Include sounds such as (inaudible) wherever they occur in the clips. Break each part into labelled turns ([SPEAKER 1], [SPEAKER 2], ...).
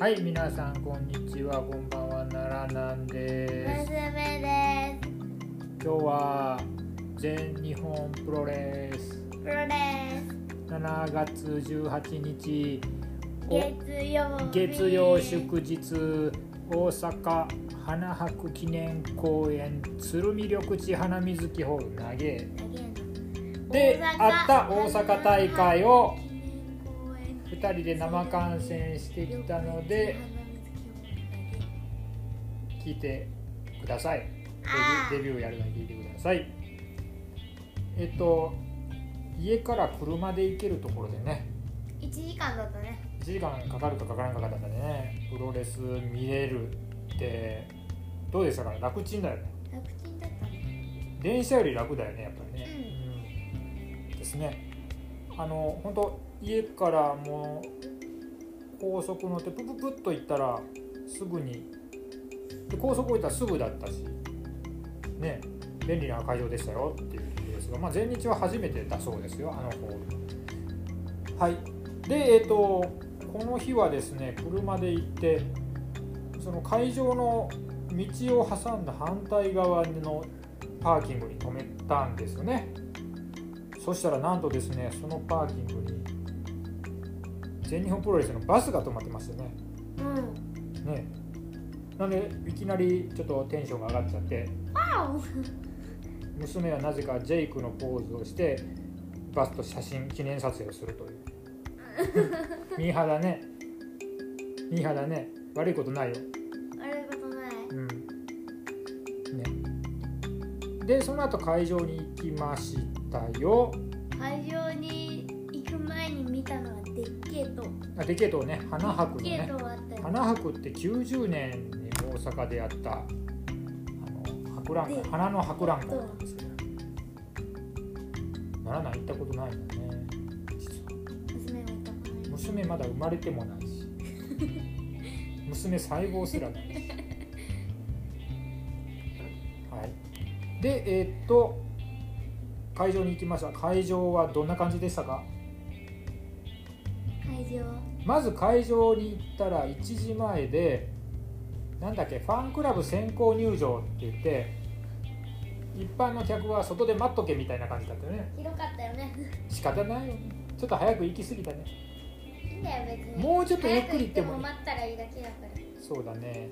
[SPEAKER 1] はい、皆さんこんにちは、こんばんは、奈良なんです。
[SPEAKER 2] 娘です。
[SPEAKER 1] 今日は全日本プロレス
[SPEAKER 2] プロです。
[SPEAKER 1] 7月18日お
[SPEAKER 2] 月曜日。
[SPEAKER 1] 月曜祝日大阪花博記念公園鶴見緑地花水木ホール投げであった大阪大会を2人で生観戦してきたので聞いてください
[SPEAKER 2] あー
[SPEAKER 1] デビューデビューやるのに聞いてくださいえっと家から車で行けるところでね
[SPEAKER 2] 1時間だったね
[SPEAKER 1] 1時間かかるかかからんかかったでねプロレス見れるってどうでしたかね楽ちんだよね
[SPEAKER 2] 楽ちんだったね
[SPEAKER 1] 電車より楽だよねやっぱりね、うんですねあの本当家からもう高速乗ってプププッと行ったらすぐにで高速降りたらすぐだったしね便利な会場でしたよっていうことですが、まあ、前日は初めてだそうですよあのホールはいでえっ、とこの日はですね車で行ってその会場の道を挟んだ反対側のパーキングに止めたんですよねそしたらなんとですねそのパーキングに全日本プロレスのバスが止まってましたね
[SPEAKER 2] うん
[SPEAKER 1] ねなんでいきなりちょっとテンションが上がっちゃって
[SPEAKER 2] あお
[SPEAKER 1] 娘はなぜかジェイクのポーズをしてバスと写真記念撮影をするというミーハーだねミーハーだね悪いことないよ
[SPEAKER 2] 悪いことない
[SPEAKER 1] うんねでその後会場に行きましたよ
[SPEAKER 2] 会場に行く前に見たのはでっけえと
[SPEAKER 1] あでけえとね花博の
[SPEAKER 2] でっけえ
[SPEAKER 1] ね
[SPEAKER 2] とあったよ
[SPEAKER 1] 花博って90年に大阪でやったあの博覧会
[SPEAKER 2] で
[SPEAKER 1] 花の博覧会なんですけどならない行ったことないんだね実は
[SPEAKER 2] 娘も行ったことない
[SPEAKER 1] 娘まだ生まれてもないし娘細胞すらないしはいでえーっと会場に行きました会場はどんな感じでしたか
[SPEAKER 2] 会場
[SPEAKER 1] まず会場に行ったら1時前でなんだっけファンクラブ先行入場って言って一般の客は外で待っとけみたいな感じだったよね
[SPEAKER 2] 広かったよね
[SPEAKER 1] 仕方ないよねちょっと早く行き過ぎたね
[SPEAKER 2] いいんだよ別に
[SPEAKER 1] もうちょっとゆっくり行ってもいい
[SPEAKER 2] 早く行待ったらいいだけだから
[SPEAKER 1] そうだね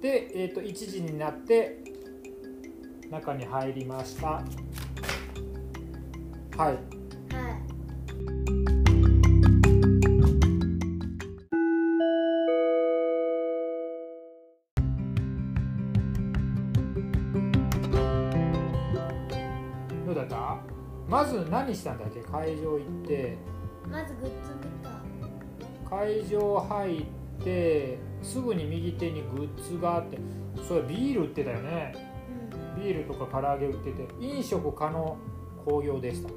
[SPEAKER 1] で、えー、と1時になって中に入りましたはい
[SPEAKER 2] はい。
[SPEAKER 1] どうだったまず何したんだっけ会場行って
[SPEAKER 2] まずグッズ見た。
[SPEAKER 1] 会場入ってすぐに右手にグッズがあってそれビール売ってたよね
[SPEAKER 2] う
[SPEAKER 1] ビールとか唐揚げ売ってて飲食可能興行でした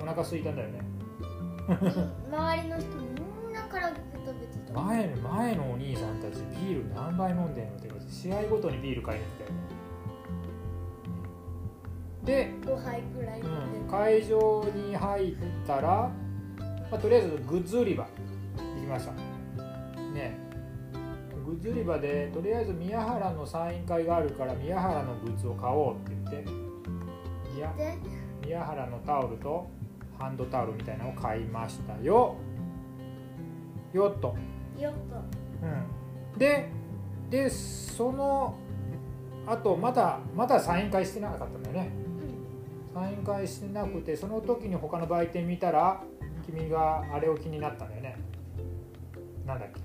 [SPEAKER 1] お腹空いたんだよね
[SPEAKER 2] ん。周りの人みんなからグッズ食べてた。
[SPEAKER 1] 前の前のお兄さんたちビール何杯飲んでんのって感じ試合ごとにビール買いに行ったよねで
[SPEAKER 2] 五杯くらい飲
[SPEAKER 1] うんん、
[SPEAKER 2] で
[SPEAKER 1] 会場に入ったら、まあ、とりあえずグッズ売り場行きましたねグッズ売り場でとりあえず宮原のサイン会があるから宮原のグッズを買おうって言っていや
[SPEAKER 2] た。で、
[SPEAKER 1] 宮原のタオルとハンドタオルみたいなのを買いましたよよっと
[SPEAKER 2] よっと。
[SPEAKER 1] うん、ででそのあとまだまだサイン会してなかったんだよね
[SPEAKER 2] うん。
[SPEAKER 1] サイン会してなくてその時に他の売店見たら君があれを気になったんだよねなんだっけ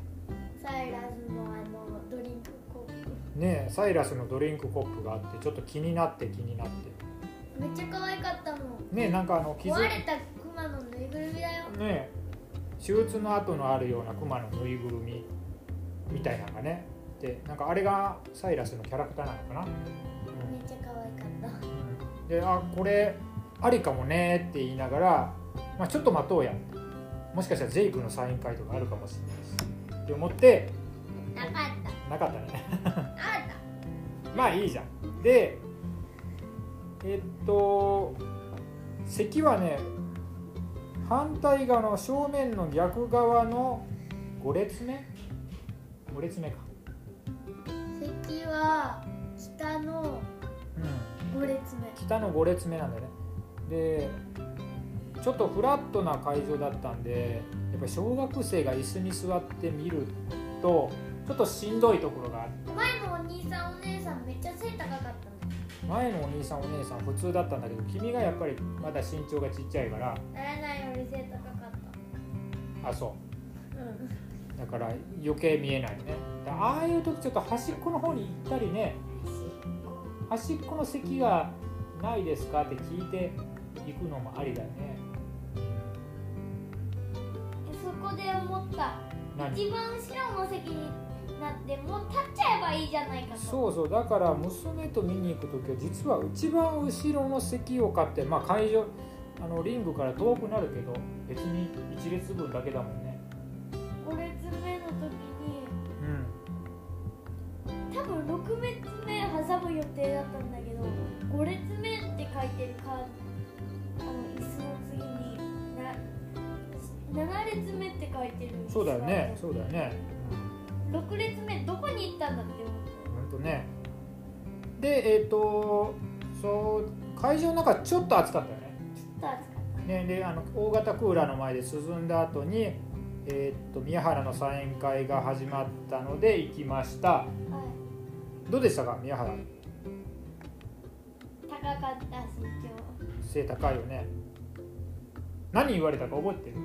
[SPEAKER 2] サイラスのあのドリンクコープ。
[SPEAKER 1] ねえサイラスのドリンクコップがあってちょっと気になって気になって
[SPEAKER 2] めっちゃ可愛かったもん。
[SPEAKER 1] ねえなんかあの傷
[SPEAKER 2] 壊
[SPEAKER 1] ね
[SPEAKER 2] れたクマのぬいぐるみだよ。
[SPEAKER 1] え手術の後のあるようなクマのぬいぐるみみたいなのがねでなんかあれがサイラスのキャラクターなのかな、うん
[SPEAKER 2] めっちゃ可愛かった。
[SPEAKER 1] であこれありかもねって言いながら、まあ、ちょっと待とうやもしかしたらジェイクのサイン会とかあるかもしれないしって思って
[SPEAKER 2] なかっ
[SPEAKER 1] なかったね (laughs)
[SPEAKER 2] た。あった。
[SPEAKER 1] まあいいじゃんでえっと席はね反対側の正面の逆側の5列目5列目か
[SPEAKER 2] 関は北の
[SPEAKER 1] うん
[SPEAKER 2] 5列目
[SPEAKER 1] 北の5列目なんだよねでちょっとフラットな会場だったんでやっぱり小学生が椅子に座って見るとちょっとしんどいところがあって
[SPEAKER 2] 前のお兄さんお姉さんめっちゃ背高かったんだ
[SPEAKER 1] 前のお兄さんお姉さん普通だったんだけど君がやっぱりまだ身長がちっちゃいから
[SPEAKER 2] ならないより背高かっ
[SPEAKER 1] あそう
[SPEAKER 2] たうん
[SPEAKER 1] だから余計見えないねだああいう時ちょっと端っこの方に行ったりね端っこの席がないですかって聞いて行くのもありだよね
[SPEAKER 2] そこで思った
[SPEAKER 1] 何
[SPEAKER 2] 一番後ろの席になってもう立っちゃえばいいじゃないかと
[SPEAKER 1] そうそうだから娘と見に行く時は実は一番後ろの席を買ってまあ会場あのリングから遠くなるけど別に一列分だけだもんね
[SPEAKER 2] 5列目の時に
[SPEAKER 1] う
[SPEAKER 2] 多
[SPEAKER 1] ん
[SPEAKER 2] 分6列目挟む予定だったんだけど5列目って書いてるカードあの椅子の次にな7列目って書いてる椅子
[SPEAKER 1] そうだよねそうだよね
[SPEAKER 2] 6列目どこに行ったんだって思っ
[SPEAKER 1] ほんとねでえっ、とそう会場の中ちょっと暑かったよね
[SPEAKER 2] たちょっと暑かっ
[SPEAKER 1] ね、であの大型クーラーの前で進んだ後に、えーっと宮原のサイン会が始まったので行きました
[SPEAKER 2] た、はい、
[SPEAKER 1] どうでしたか宮原
[SPEAKER 2] 高かった身長
[SPEAKER 1] 背高いよね何言われたか覚えてる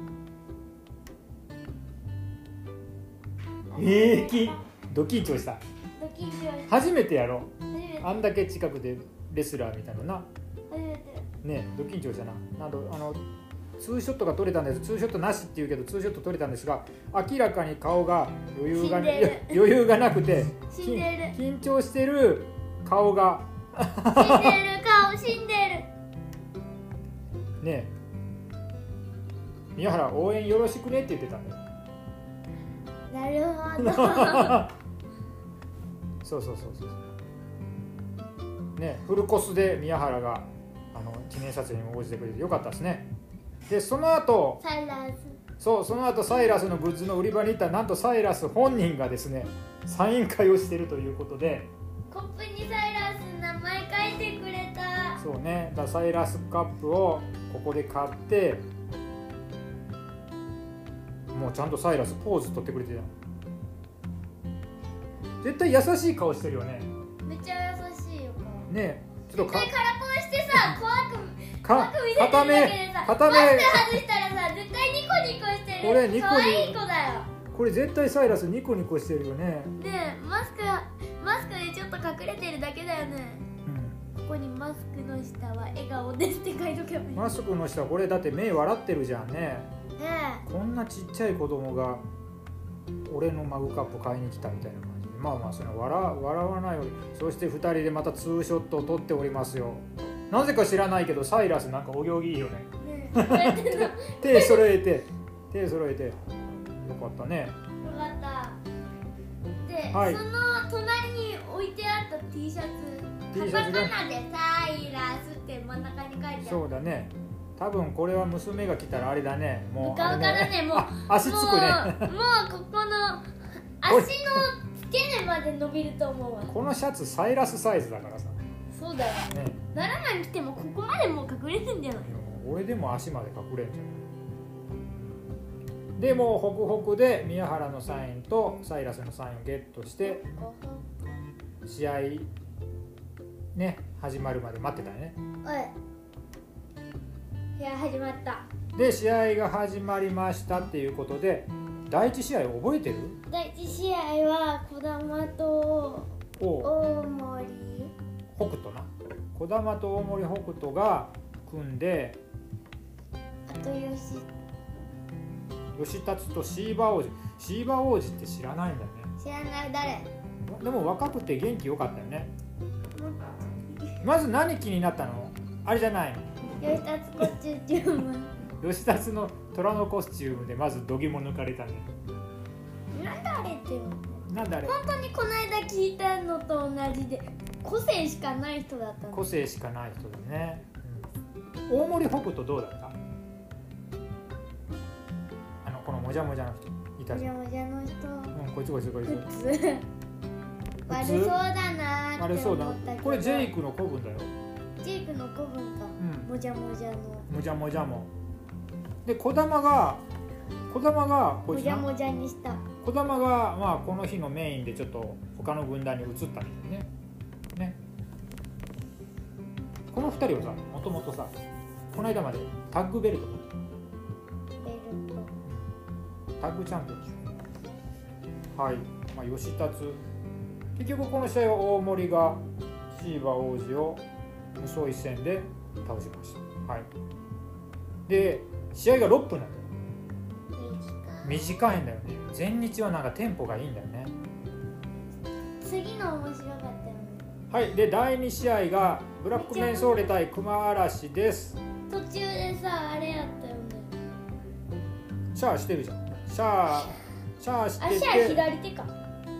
[SPEAKER 1] 平気ド緊張した
[SPEAKER 2] ドキンしました
[SPEAKER 1] 初めてやろ
[SPEAKER 2] 初めて
[SPEAKER 1] あんだけ近くでレスラー見たのな
[SPEAKER 2] 初めて
[SPEAKER 1] ねド緊張したななんとあのツーショットが取れたんですツーショットなしって言うけどツーショット取れたんですが明らかに顔が余裕が
[SPEAKER 2] 死んで
[SPEAKER 1] (laughs) 余裕がなくて
[SPEAKER 2] 死んでる
[SPEAKER 1] 緊緊張してる顔が
[SPEAKER 2] 死んでる顔死んでる
[SPEAKER 1] ね宮原応援よろしくねって言ってたんだよ
[SPEAKER 2] なるほど
[SPEAKER 1] そうそうそうそうねフルコスで宮原があの記念撮影にも応じてくれてよかったですねでその後
[SPEAKER 2] サイラス
[SPEAKER 1] そうその後サイラスのグッズの売り場に行ったらなんとサイラス本人がですねサイン会をしているということで
[SPEAKER 2] コップにサイラスの名前書いてくれた
[SPEAKER 1] そうねだサイラスカップをここで買ってもうちゃんとサイラスポーズ取ってくれてた絶対優しい顔してるよね
[SPEAKER 2] めっちゃ優しいよ顔
[SPEAKER 1] ねちょ
[SPEAKER 2] 一
[SPEAKER 1] っとか
[SPEAKER 2] 回空ポンして
[SPEAKER 1] (laughs)
[SPEAKER 2] さ怖く怖
[SPEAKER 1] か
[SPEAKER 2] く見せてるだ
[SPEAKER 1] 固
[SPEAKER 2] けで
[SPEAKER 1] め
[SPEAKER 2] さ
[SPEAKER 1] 固
[SPEAKER 2] マス
[SPEAKER 1] め
[SPEAKER 2] ク外したらさ絶対ニコニコしてる
[SPEAKER 1] これニコニコ
[SPEAKER 2] 可愛い子だよ
[SPEAKER 1] これ絶対サイラスニコニコしてるよね、
[SPEAKER 2] ねえマスクマスクでちょっと隠れてるだけだよね
[SPEAKER 1] う
[SPEAKER 2] ここにマスクの下は笑顔ですって書いとけばい
[SPEAKER 1] ん、
[SPEAKER 2] い
[SPEAKER 1] マスクの下これだって目笑ってるじゃんね
[SPEAKER 2] ね
[SPEAKER 1] こんなちっちゃい子供が俺のマグカップ買いに来たみたいな感じでまあまあその笑笑わないよりそして2人でまたツーショットを撮っておりますよなぜか知らないけどサイラスなんかお行儀いいよね
[SPEAKER 2] えねえこうやってんのよか
[SPEAKER 1] 手揃えて手揃えてよかったね
[SPEAKER 2] ったで、
[SPEAKER 1] はい
[SPEAKER 2] その隣に置いてあった T シャツ
[SPEAKER 1] T シ
[SPEAKER 2] カ
[SPEAKER 1] ャツ
[SPEAKER 2] タ
[SPEAKER 1] が
[SPEAKER 2] カナで「サイラス」って真ん中に書いてある
[SPEAKER 1] そうだね多分これは娘が来たらあれだねもう
[SPEAKER 2] うかうかだねもう
[SPEAKER 1] あ足つくね
[SPEAKER 2] もうもうここの足の付け根まで伸びると思うわ
[SPEAKER 1] このシャツサイラスサイズだからさね
[SPEAKER 2] そうだよならないに来てもここまでもう隠れてんじゃない
[SPEAKER 1] 俺でも足まで隠れんじゃんでもうホクホクで宮原のサインとサイラスのサインをゲットして試合ね始まるまで待ってたよね
[SPEAKER 2] おい部屋始まった
[SPEAKER 1] で試合が始まりましたっていうことで第一試合覚えてる
[SPEAKER 2] 第一試合は児玉と
[SPEAKER 1] を
[SPEAKER 2] 大森
[SPEAKER 1] 北斗な児玉と大森北斗が組んで
[SPEAKER 2] あと吉
[SPEAKER 1] 吉達とシーバー王子シーバー王子って知らないんだよね
[SPEAKER 2] 知らない誰
[SPEAKER 1] でも若くて元気よかったよねまず何気になったのあれじゃない
[SPEAKER 2] 吉田つこっちゅうちゅうも
[SPEAKER 1] の吉田の虎のコスチュームでまず度肝抜かれたね
[SPEAKER 2] なんだあれって思って
[SPEAKER 1] なんだあれ
[SPEAKER 2] 本当にこの間聞いたのと同じで個性しかない人だったの
[SPEAKER 1] 個性しかない人だね、うん大森北斗どうだったあのこのもじゃもじゃの人いたた
[SPEAKER 2] じ
[SPEAKER 1] じゃ
[SPEAKER 2] ゃもじゃの人
[SPEAKER 1] ん、うん、こいつこいつこいつ
[SPEAKER 2] グッズ悪そうだなー
[SPEAKER 1] あ
[SPEAKER 2] って
[SPEAKER 1] れ
[SPEAKER 2] 思
[SPEAKER 1] そ
[SPEAKER 2] っ
[SPEAKER 1] うだ
[SPEAKER 2] たけど
[SPEAKER 1] これジェイクの古文だよ
[SPEAKER 2] ジェイクの古文か
[SPEAKER 1] うん
[SPEAKER 2] もじゃもじゃの
[SPEAKER 1] もじゃもじゃもで小玉が小玉がこ
[SPEAKER 2] も
[SPEAKER 1] いつ
[SPEAKER 2] じゃ
[SPEAKER 1] な
[SPEAKER 2] もじゃにした
[SPEAKER 1] 小玉がまあこの日のメインでちょっと他の軍団に移ったんだよねねこの2人はさもともとさこの間までタッグベルト
[SPEAKER 2] ベルト
[SPEAKER 1] タッグチャンピオンでしょはい、まあ、吉達結局この試合は大森がシーバ王子を無双一戦で倒しましたはいで試合が6分なのよ
[SPEAKER 2] 短い
[SPEAKER 1] 短いんだよね前日はなんかテンポがいいんだよね
[SPEAKER 2] 次の面白かったよね
[SPEAKER 1] はいで第2試合がブラックメンソーレ対熊嵐です
[SPEAKER 2] 途中でさあれやったよね
[SPEAKER 1] シャーしてるじゃんシャーシャーし
[SPEAKER 2] あ
[SPEAKER 1] て
[SPEAKER 2] 足
[SPEAKER 1] て
[SPEAKER 2] は左手か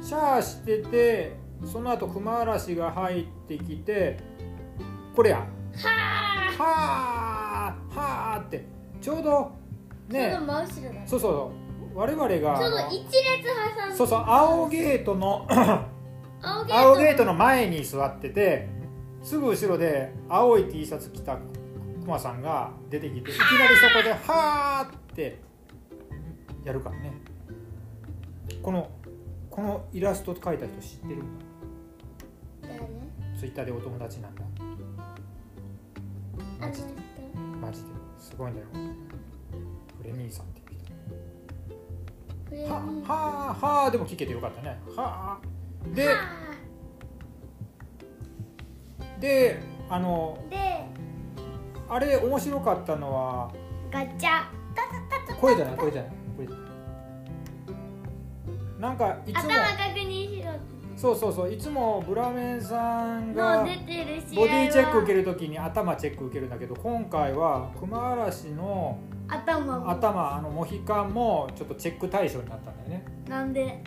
[SPEAKER 1] シャーしててその後熊嵐が入ってきてこれやはあはあはあってちょうど
[SPEAKER 2] ちょう
[SPEAKER 1] ね
[SPEAKER 2] ど真後ろだ
[SPEAKER 1] そうそうそう我々が
[SPEAKER 2] ちょうど一列挟んで
[SPEAKER 1] そうそう青ゲートの
[SPEAKER 2] 青ゲート
[SPEAKER 1] 青ゲートの前に座っててすぐ後ろで青い T シャツ着た熊さんが出てきていきなりそこで「はあ」ってやるからねこのこのイラスト描いた人知ってる
[SPEAKER 2] だよね
[SPEAKER 1] ツイッターでお友達なんだ
[SPEAKER 2] あ
[SPEAKER 1] マ
[SPEAKER 2] の
[SPEAKER 1] ジ
[SPEAKER 2] 人
[SPEAKER 1] でマジですごいんだよフレミーさんってい
[SPEAKER 2] こ
[SPEAKER 1] う
[SPEAKER 2] れに
[SPEAKER 1] 人は
[SPEAKER 2] は
[SPEAKER 1] はあはあでも聞けてよかったねはあで
[SPEAKER 2] あ
[SPEAKER 1] であの
[SPEAKER 2] で
[SPEAKER 1] あれ面白かったのは
[SPEAKER 2] ガチャタタタタ
[SPEAKER 1] 声じゃない声じゃない声じゃないなんかいつも
[SPEAKER 2] 頭確認しろ
[SPEAKER 1] そうそうそういつもブラメンさ
[SPEAKER 2] の
[SPEAKER 1] んが
[SPEAKER 2] 出てる試合
[SPEAKER 1] ボ
[SPEAKER 2] は
[SPEAKER 1] ディチェック受けるときに頭チェック受けるんだけど今回は熊嵐の
[SPEAKER 2] 頭も
[SPEAKER 1] 頭あのモヒカンもちょっとチェック対象になったんだよね
[SPEAKER 2] なんで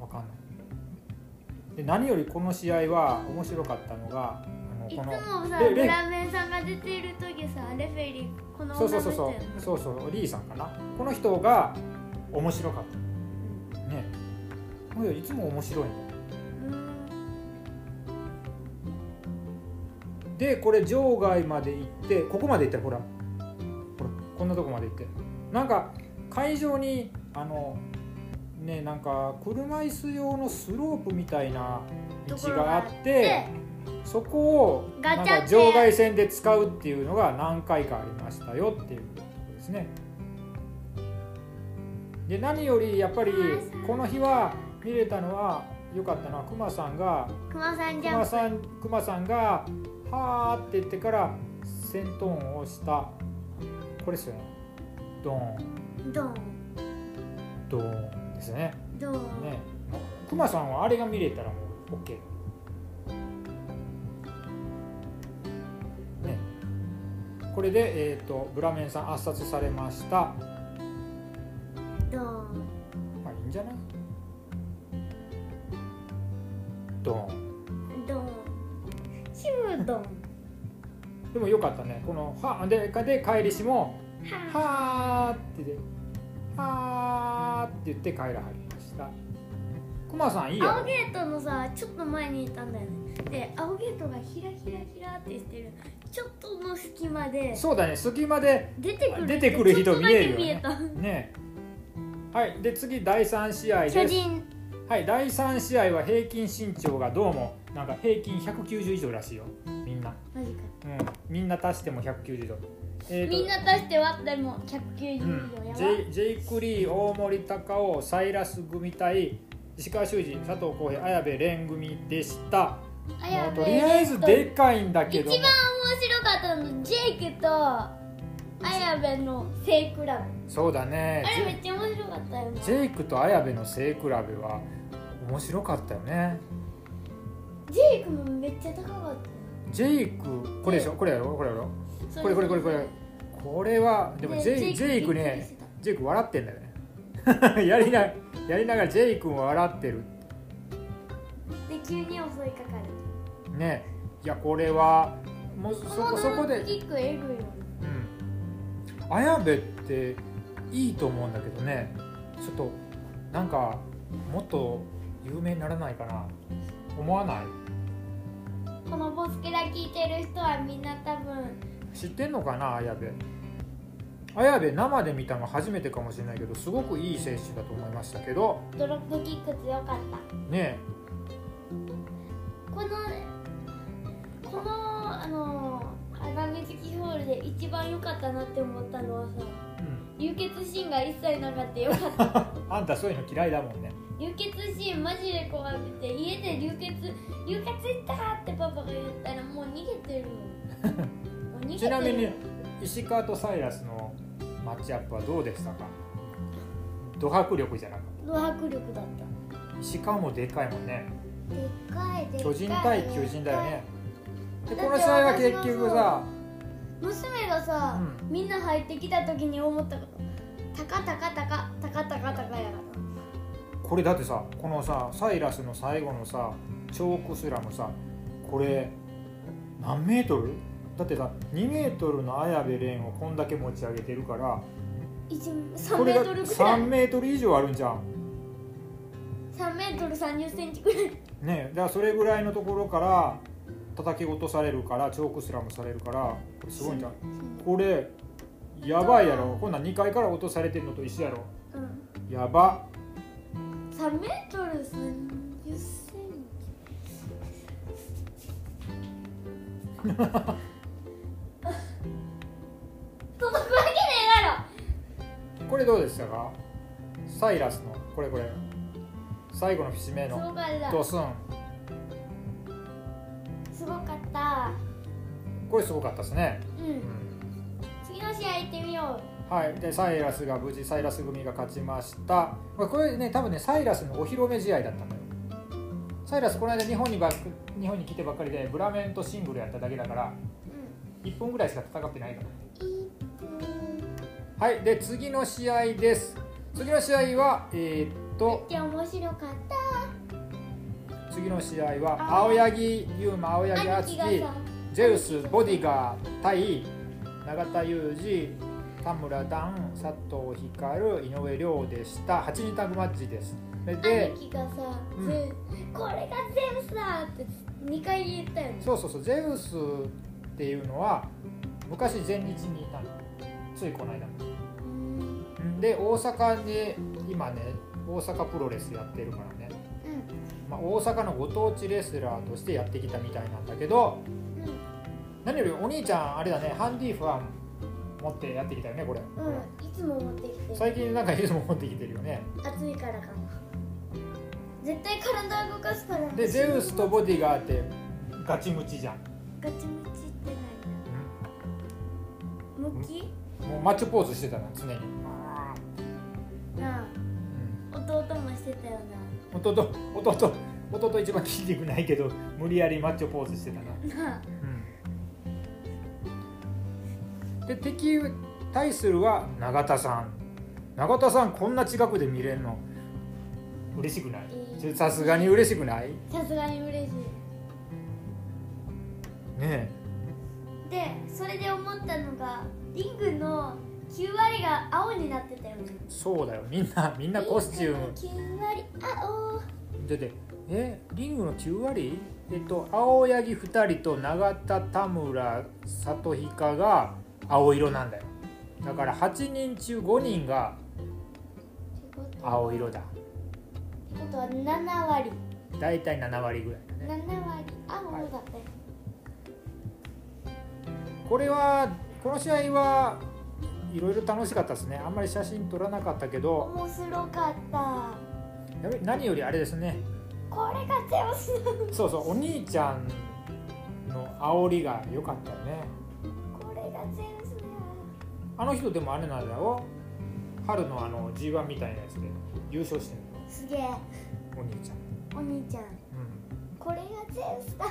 [SPEAKER 1] わかんないで何よりこの試合は面白かったのがあの
[SPEAKER 2] いつ
[SPEAKER 1] こ
[SPEAKER 2] も
[SPEAKER 1] の
[SPEAKER 2] さ
[SPEAKER 1] レレ
[SPEAKER 2] ブラメンさんが出てる時さレフェリーこの
[SPEAKER 1] そう
[SPEAKER 2] 女
[SPEAKER 1] そう
[SPEAKER 2] の
[SPEAKER 1] そう
[SPEAKER 2] 人
[SPEAKER 1] そ
[SPEAKER 2] や
[SPEAKER 1] うそうそうリーさんかなこの人が面白かったねもうよいつも面白いんだよでこれ場外まで行ってここまで行ったよほらほらこんなとこまで行ってなんか会場にあのねなんか車椅子用のスロープみたいな道があって
[SPEAKER 2] で
[SPEAKER 1] そこを
[SPEAKER 2] ガチャ
[SPEAKER 1] なん
[SPEAKER 2] って
[SPEAKER 1] か場外線で使うっていうのが何回かありましたよっていうところですね。で何よりやっぱりこの日は見れたのは良かったのはクマさんが
[SPEAKER 2] クマさんジ
[SPEAKER 1] ク
[SPEAKER 2] ャン
[SPEAKER 1] マ
[SPEAKER 2] プ
[SPEAKER 1] さんクマさんが「はーって言ってから先頭音をしたこれですよねドーン
[SPEAKER 2] ドン
[SPEAKER 1] ドーンですね。
[SPEAKER 2] ドン、
[SPEAKER 1] ねクマさんはあれが見れたらもう OK ねこれで、えー、とブラメンさん圧殺されましたま
[SPEAKER 2] ドン
[SPEAKER 1] あいいんじゃないドン
[SPEAKER 2] ドンシュードン
[SPEAKER 1] でもよかったねこの「は」でで帰りしも「
[SPEAKER 2] は
[SPEAKER 1] はー」ってで「はー」って言って帰らはりましたクマさんいい
[SPEAKER 2] あ青
[SPEAKER 1] よ
[SPEAKER 2] ゲートのさちょっと前にいたんだよねで青ゲートがヒラヒラヒラってしてるちょっとの隙間で
[SPEAKER 1] そうだね隙間で
[SPEAKER 2] 出てくる
[SPEAKER 1] 出てくる人
[SPEAKER 2] ちょっとだけ
[SPEAKER 1] 見えるよね
[SPEAKER 2] 見えた
[SPEAKER 1] ねはいで次第3試合
[SPEAKER 2] 巨
[SPEAKER 1] です
[SPEAKER 2] 人
[SPEAKER 1] はい第3試合は平均身長がどうもなんか平均190以上らしいよみんな
[SPEAKER 2] マジか
[SPEAKER 1] うんみんな足しても190以上えーと
[SPEAKER 2] みんな足して割っても190以
[SPEAKER 1] う
[SPEAKER 2] 上
[SPEAKER 1] ん
[SPEAKER 2] やば、
[SPEAKER 1] ジェイジェイク・リー大森隆夫サイラス組対石川修司佐藤浩平綾部蓮組でした
[SPEAKER 2] あ
[SPEAKER 1] も
[SPEAKER 2] や
[SPEAKER 1] う
[SPEAKER 2] べ
[SPEAKER 1] とりあえずで
[SPEAKER 2] っ
[SPEAKER 1] かいんだ
[SPEAKER 2] 一
[SPEAKER 1] けど
[SPEAKER 2] 番面白かったのジェイクと綾部の性クラブ
[SPEAKER 1] そうだね
[SPEAKER 2] あ
[SPEAKER 1] ジ
[SPEAKER 2] れ
[SPEAKER 1] ェ
[SPEAKER 2] め
[SPEAKER 1] イ
[SPEAKER 2] っちゃ面白かったよね
[SPEAKER 1] ジェイクと綾部の背比べは面白かったよね
[SPEAKER 2] ジェイクもめっちゃ高かったよ
[SPEAKER 1] ジェイクこれでしょこれやろこれやろ
[SPEAKER 2] そ
[SPEAKER 1] これこれこれこれこれはでもジェイジェイク
[SPEAKER 2] びっくり
[SPEAKER 1] ね
[SPEAKER 2] してた
[SPEAKER 1] ジェイク笑ってんだよね (laughs) やりなやりながらジェイクも笑ってる
[SPEAKER 2] で急に襲いかかる
[SPEAKER 1] ねいやこれはもうそこそこで
[SPEAKER 2] キックエグいよね
[SPEAKER 1] うん綾部っていいと思うんだけどねちょっとなんかもっと有名にならないかな思わない
[SPEAKER 2] このボスケラ聞いてる人はみんな多分
[SPEAKER 1] 知ってんのかな綾部綾部生で見たの初めてかもしれないけどすごくいい選手だと思いましたけど
[SPEAKER 2] ドロップキック強かった
[SPEAKER 1] ね
[SPEAKER 2] このこのあの穴水キホールで一番良かったなって思ったのはさ
[SPEAKER 1] え、
[SPEAKER 2] 流血シーンが一切なかった
[SPEAKER 1] (laughs)
[SPEAKER 2] よかった
[SPEAKER 1] うん、あんたそういうの嫌いだもんね
[SPEAKER 2] 流血シーンマジで怖くて家で流血流血いったーってパパが言ったらもう逃げ
[SPEAKER 1] (laughs)
[SPEAKER 2] てるよもう逃げてる
[SPEAKER 1] (laughs) ちなみに石川とサイラスのマッチアップはどうでしたかド迫力じゃなかっ
[SPEAKER 2] ド迫力だった
[SPEAKER 1] た石川もでかいもんね
[SPEAKER 2] でっかいでっかい
[SPEAKER 1] 巨人対巨人だよね
[SPEAKER 2] だっ
[SPEAKER 1] で
[SPEAKER 2] て
[SPEAKER 1] この試合は結局さ
[SPEAKER 2] 娘がさ、
[SPEAKER 1] う
[SPEAKER 2] みんな入ってきた時に思ったこと「たかたかたかたかたかたか」やか
[SPEAKER 1] これだってさこのさサイラスの最後のさチョークスラムさこれ何メートルだってさ2メートルの綾部蓮をこんだけ持ち上げてるから
[SPEAKER 2] ら3
[SPEAKER 1] こ
[SPEAKER 2] メ
[SPEAKER 1] れが
[SPEAKER 2] ートルくらい
[SPEAKER 1] 3メートル以上あるんじゃん
[SPEAKER 2] 3メートル3 0センチくらい
[SPEAKER 1] ねえだからそれぐらいのところから叩き落とされるからチョークスラムされるからこれすごいんじゃんこれやばいやろこんなん2階から落とされてるのと一緒やろ
[SPEAKER 2] うん
[SPEAKER 1] やば
[SPEAKER 2] 3メートル3 0センチ (laughs) 届くわけねえだろ
[SPEAKER 1] これどうでしたかサイラスのこれこれ最後の節目
[SPEAKER 2] す
[SPEAKER 1] の
[SPEAKER 2] ごかった
[SPEAKER 1] ドスン
[SPEAKER 2] すごかった
[SPEAKER 1] これすごかったですね、
[SPEAKER 2] うん次の試合行ってみよ
[SPEAKER 1] はいでサイラスが無事サイラス組が勝ちましたまあこれね多分ねサイラスのお披露目試合だったんだよサイラスこの間日本にばっ日本に来てばっかりでブラメンとシングルやっただけだか
[SPEAKER 2] う
[SPEAKER 1] ら
[SPEAKER 2] うん
[SPEAKER 1] 1本ぐらいしか戦ってないから
[SPEAKER 2] 一分
[SPEAKER 1] はいで次の試合です次の試合はえーっ
[SPEAKER 2] め
[SPEAKER 1] と
[SPEAKER 2] っちゃ面白かっ
[SPEAKER 1] 次の試合は青柳優馬青柳
[SPEAKER 2] た兄貴
[SPEAKER 1] 敦
[SPEAKER 2] が
[SPEAKER 1] 樹
[SPEAKER 2] さ
[SPEAKER 1] ゼウスボディガー対永田裕二田村段佐藤光井上涼でした8人タッグマッチですでで
[SPEAKER 2] 兄貴がさ、
[SPEAKER 1] うん
[SPEAKER 2] ゼこれがゼウスだって2回言ったよね
[SPEAKER 1] そうそうそうゼウスっていうのは昔前日にいたのついこの間
[SPEAKER 2] うん
[SPEAKER 1] で大阪で今ね大阪プロレスやってるからね、まあ、大阪のご当地レスラーとしてやってきたみたいなんだけど何よりお兄ちゃんあれだねハンディファン持ってやってきたよねこれ、
[SPEAKER 2] うん、うん、いつも持ってきて
[SPEAKER 1] 最近なんかいつも持ってきてるよ (laughs) ね
[SPEAKER 2] 暑いからかな絶対体動かすから
[SPEAKER 1] でゼウスとボディガーってガチムチじゃん、
[SPEAKER 2] ガチムチってないなムキ
[SPEAKER 1] もうマッチョポーズしてたの常に、
[SPEAKER 2] なあ弟もしてたよ
[SPEAKER 1] うん、弟弟弟一番筋肉ないけど無理やりマッチョポーズしてたな、
[SPEAKER 2] ななあ
[SPEAKER 1] うん、で敵対するは永田さん永田さんこんな近くで見れるの嬉しくない
[SPEAKER 2] いい
[SPEAKER 1] ちょさすがに嬉しくないね
[SPEAKER 2] さすがに嬉しい
[SPEAKER 1] え
[SPEAKER 2] でそれで思ったのがリングの9割が青になってたよね
[SPEAKER 1] そうだよみんなみんなコスチューム
[SPEAKER 2] リングの9割青
[SPEAKER 1] 出てえリングの9割えっと青柳2人と永田田村里彦が青色なんだよだから8人中5人が青色
[SPEAKER 2] って
[SPEAKER 1] だ
[SPEAKER 2] ことは7割
[SPEAKER 1] だいたい7割ぐらいだ
[SPEAKER 2] 7
[SPEAKER 1] ね
[SPEAKER 2] 割青だったよ、
[SPEAKER 1] これはこの試合はいろいろ楽しかったですねあんまり写真撮らなかったけど
[SPEAKER 2] 面白かった
[SPEAKER 1] やべ何よりあれですね
[SPEAKER 2] これがゼウスだ
[SPEAKER 1] そうそうお兄ちゃんの煽りが良かったよね
[SPEAKER 2] これがゼウスだ
[SPEAKER 1] あの人でもあれなんだよ春のあの G1 みたいなやつで優勝してる
[SPEAKER 2] すげえ
[SPEAKER 1] お兄ちゃん
[SPEAKER 2] お兄ちゃんこれがゼウスだ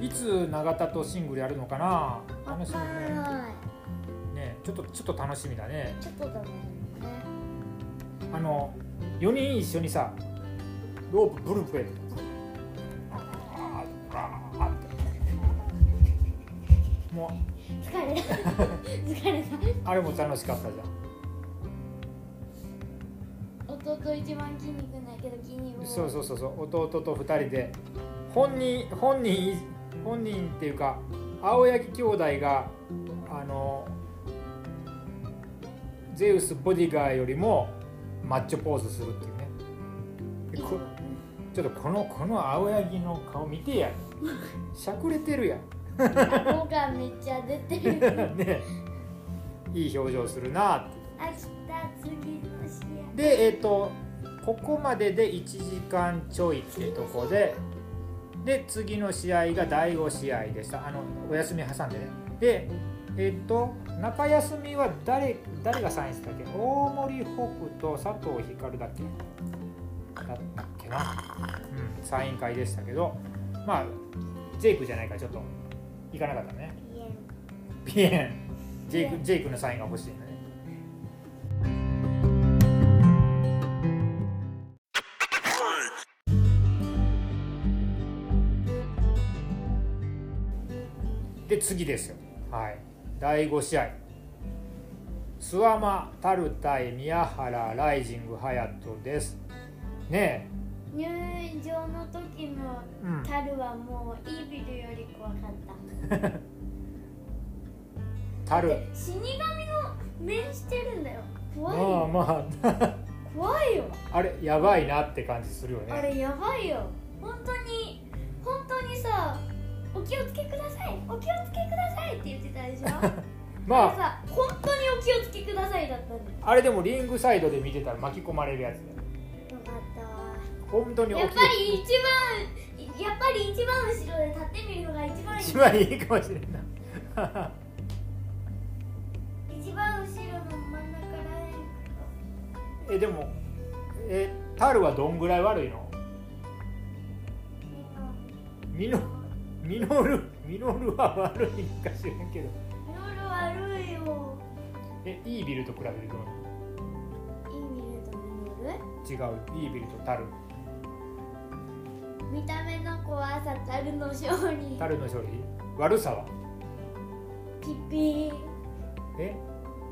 [SPEAKER 1] いつ永田とシングルやるのかな
[SPEAKER 2] わ
[SPEAKER 1] 楽し
[SPEAKER 2] か
[SPEAKER 1] み
[SPEAKER 2] ん
[SPEAKER 1] ね
[SPEAKER 2] ない
[SPEAKER 1] ねちょっとちょっと楽しみだね
[SPEAKER 2] ちょっとだもんね
[SPEAKER 1] あの4人一緒にさロープブルブルもう
[SPEAKER 2] 疲れ
[SPEAKER 1] (laughs)
[SPEAKER 2] た疲れた
[SPEAKER 1] あれも楽しかったじゃん
[SPEAKER 2] 弟弟一番筋肉ないけど筋肉
[SPEAKER 1] そうそうそうそう弟と2人で本人本人本人っていうか青柳兄弟があのゼウスボディガーよりもマッチョポーズするっていうねでこちょっとこのこの青柳の顔見てやしゃくれてるやん
[SPEAKER 2] 顎がめっちゃ出てる
[SPEAKER 1] (laughs) ねいい表情するなって
[SPEAKER 2] 明日次の試合
[SPEAKER 1] でえっ、とここまでで1時間ちょいってとこでで次の試合が第5試合でしたあのお休み挟んでねでえっ、と中休みは誰誰がサインしたっけ大森北斗佐藤光だっけだったっけなうんサイン会でしたけどまあジェイクじゃないからちょっと行かなかったね
[SPEAKER 2] いや
[SPEAKER 1] ピエンジェイクジェイクのサインが欲しいのねで次ですよはい第5試合諏訪間タルタイ宮原ライジング隼人ですね
[SPEAKER 2] 入場の時の
[SPEAKER 1] え、うん、
[SPEAKER 2] 樽はもうイービルより怖かった
[SPEAKER 1] タル
[SPEAKER 2] で死神の面してるんだよ
[SPEAKER 1] ま
[SPEAKER 2] 怖い
[SPEAKER 1] あ
[SPEAKER 2] よ
[SPEAKER 1] まあ
[SPEAKER 2] 怖いよ
[SPEAKER 1] あれやばいなって感じするよね
[SPEAKER 2] あれやばいよ本当に本当にさお気をつけくださいお気をつけくださいって言ってたでしょ
[SPEAKER 1] (laughs) まあ
[SPEAKER 2] あれさ本当にお気をつけくださいだったんだよ
[SPEAKER 1] あれでもリングサイドで見てたら巻き込まれるやつだよ
[SPEAKER 2] よかったわ
[SPEAKER 1] 本当に
[SPEAKER 2] や
[SPEAKER 1] 大
[SPEAKER 2] っ
[SPEAKER 1] き
[SPEAKER 2] ぱり一番やっぱり一番後ろで立ってみるのが一番いい
[SPEAKER 1] 一番いいかもしれんな
[SPEAKER 2] 一番後ろの真ん中らへん
[SPEAKER 1] えでもえタルはどんぐらい悪いのミノミノルミノルは悪いのか知らんけど
[SPEAKER 2] 夜悪いよ
[SPEAKER 1] えイービルと比べると
[SPEAKER 2] いい見ると夜
[SPEAKER 1] 違うイービルとタル
[SPEAKER 2] 見た目の怖さたるの勝利
[SPEAKER 1] タルの勝利悪さは
[SPEAKER 2] ピッピー
[SPEAKER 1] え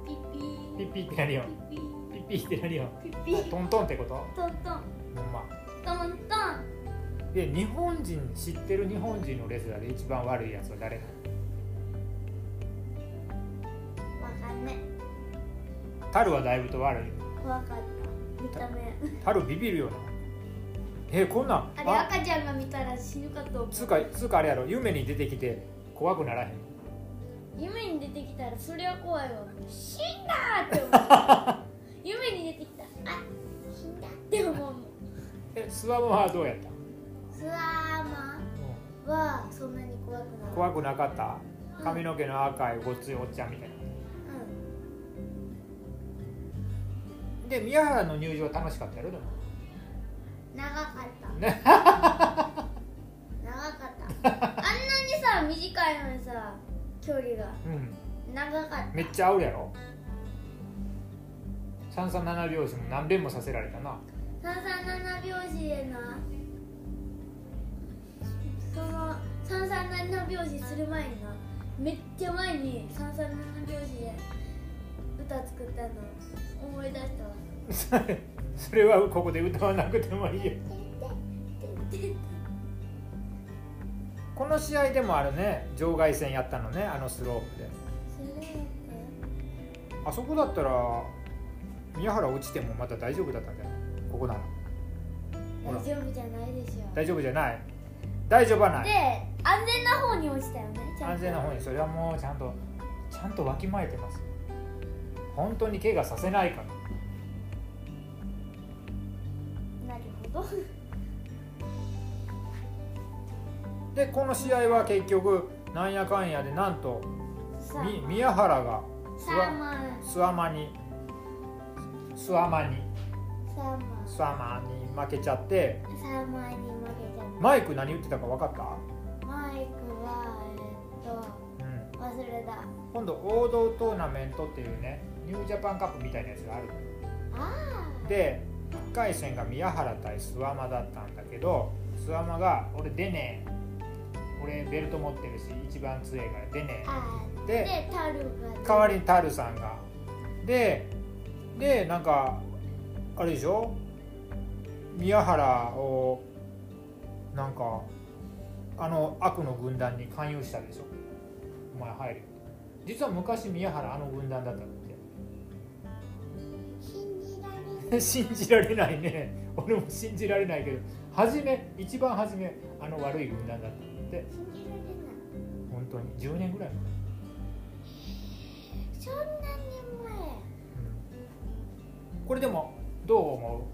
[SPEAKER 2] ピッピー
[SPEAKER 1] ピッピーって何よ
[SPEAKER 2] ピッピー
[SPEAKER 1] ピッピーって何よ
[SPEAKER 2] ピッピー
[SPEAKER 1] トントンってこと
[SPEAKER 2] トントン
[SPEAKER 1] ほんま
[SPEAKER 2] トントン
[SPEAKER 1] で日本人知ってる日本人のレスラーで一番悪いやつは誰なの
[SPEAKER 2] わかんね
[SPEAKER 1] タルはだいぶと悪い
[SPEAKER 2] 怖かった見た目
[SPEAKER 1] タルビビるよなえこんなん
[SPEAKER 2] あれ赤ちゃんが見たら死ぬかと思う
[SPEAKER 1] つうかつうかあれやろ夢に出てきて怖くならへん
[SPEAKER 2] 夢に出てきたらそれは怖いわ死んだって思 (laughs) う夢に出てきたあ死んだって思うもん
[SPEAKER 1] えスワムはどうやった、
[SPEAKER 2] スワーマンはそんなに怖くない
[SPEAKER 1] 怖くなかった髪の毛の赤いごっついおっちゃんみたいな
[SPEAKER 2] う
[SPEAKER 1] で宮原の入場楽しかったやろでも
[SPEAKER 2] ん長かった
[SPEAKER 1] ね
[SPEAKER 2] 長かったあんなにさ短いのにさ距離が
[SPEAKER 1] うん
[SPEAKER 2] 長かった
[SPEAKER 1] めっちゃ煽るやろ三三七拍子も何遍もさせられたな
[SPEAKER 2] 337拍子でなその337拍子する前になめっちゃ前に337拍子で歌作ったの思い出したわ
[SPEAKER 1] それそれはここで歌わなくてもいいよ
[SPEAKER 2] てんてんてんてん
[SPEAKER 1] この試合でもあれね場外戦やったのねあのスロープで
[SPEAKER 2] それ
[SPEAKER 1] あそこだったら宮原落ちてもまた大丈夫だったんじゃないここならほら
[SPEAKER 2] 大丈夫じゃないでしょ
[SPEAKER 1] 大丈夫じゃない大丈夫はな
[SPEAKER 2] で
[SPEAKER 1] い
[SPEAKER 2] 安全な方に落ちたよねちゃんと
[SPEAKER 1] 安全な方にそれはもうちゃんとちゃんとわきまえてますよ本当に怪我させないから
[SPEAKER 2] なるほど
[SPEAKER 1] でこの試合は結局なんやかんやでなんと
[SPEAKER 2] さあ
[SPEAKER 1] み宮原が
[SPEAKER 2] サーマン
[SPEAKER 1] スワマにスワマに
[SPEAKER 2] サーマン
[SPEAKER 1] スワマに負けちゃって
[SPEAKER 2] サーマンに負けちゃっ
[SPEAKER 1] マイク何言ってたか分かった
[SPEAKER 2] たマイクはえっ
[SPEAKER 1] うん
[SPEAKER 2] と忘れた
[SPEAKER 1] 今度王道トーナメントっていうねニュージャパンカップみたいなやつがある
[SPEAKER 2] あ
[SPEAKER 1] で1回戦が宮原対諏訪間だったんだけど諏訪間が「俺出ねえ俺ベルト持ってるし一番強いから出ね
[SPEAKER 2] ああで
[SPEAKER 1] え」で
[SPEAKER 2] タルが
[SPEAKER 1] 代わりにタルさんがででなんかあれでしょ宮原をなんかあの悪の軍団に勧誘したでしょお前入る実は昔宮原あの軍団だったっ
[SPEAKER 3] 信じられない
[SPEAKER 1] て (laughs) 信じられないね俺も信じられないけど初め一番初めあの悪い軍団だったって
[SPEAKER 3] 信じられない
[SPEAKER 1] 本当に10年ぐらい前
[SPEAKER 3] そんなに前
[SPEAKER 1] うんこれでもどう思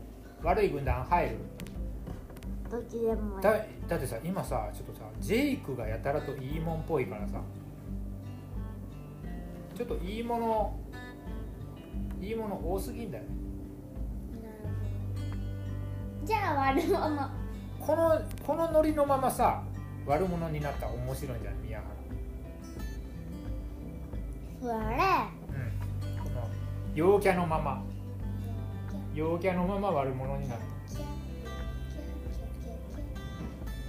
[SPEAKER 1] う悪い軍団入る
[SPEAKER 3] どっちでも
[SPEAKER 1] だだってさ今さちょっとさジェイクがやたらといいもんっぽいからさちょっといいものいいもの多すぎんだよね
[SPEAKER 3] じゃあ悪者
[SPEAKER 1] このこのノリのままさ悪者になったら面白いんじゃない宮原
[SPEAKER 3] それ
[SPEAKER 1] うんこの陽キャのまま陽キャのまま悪者になった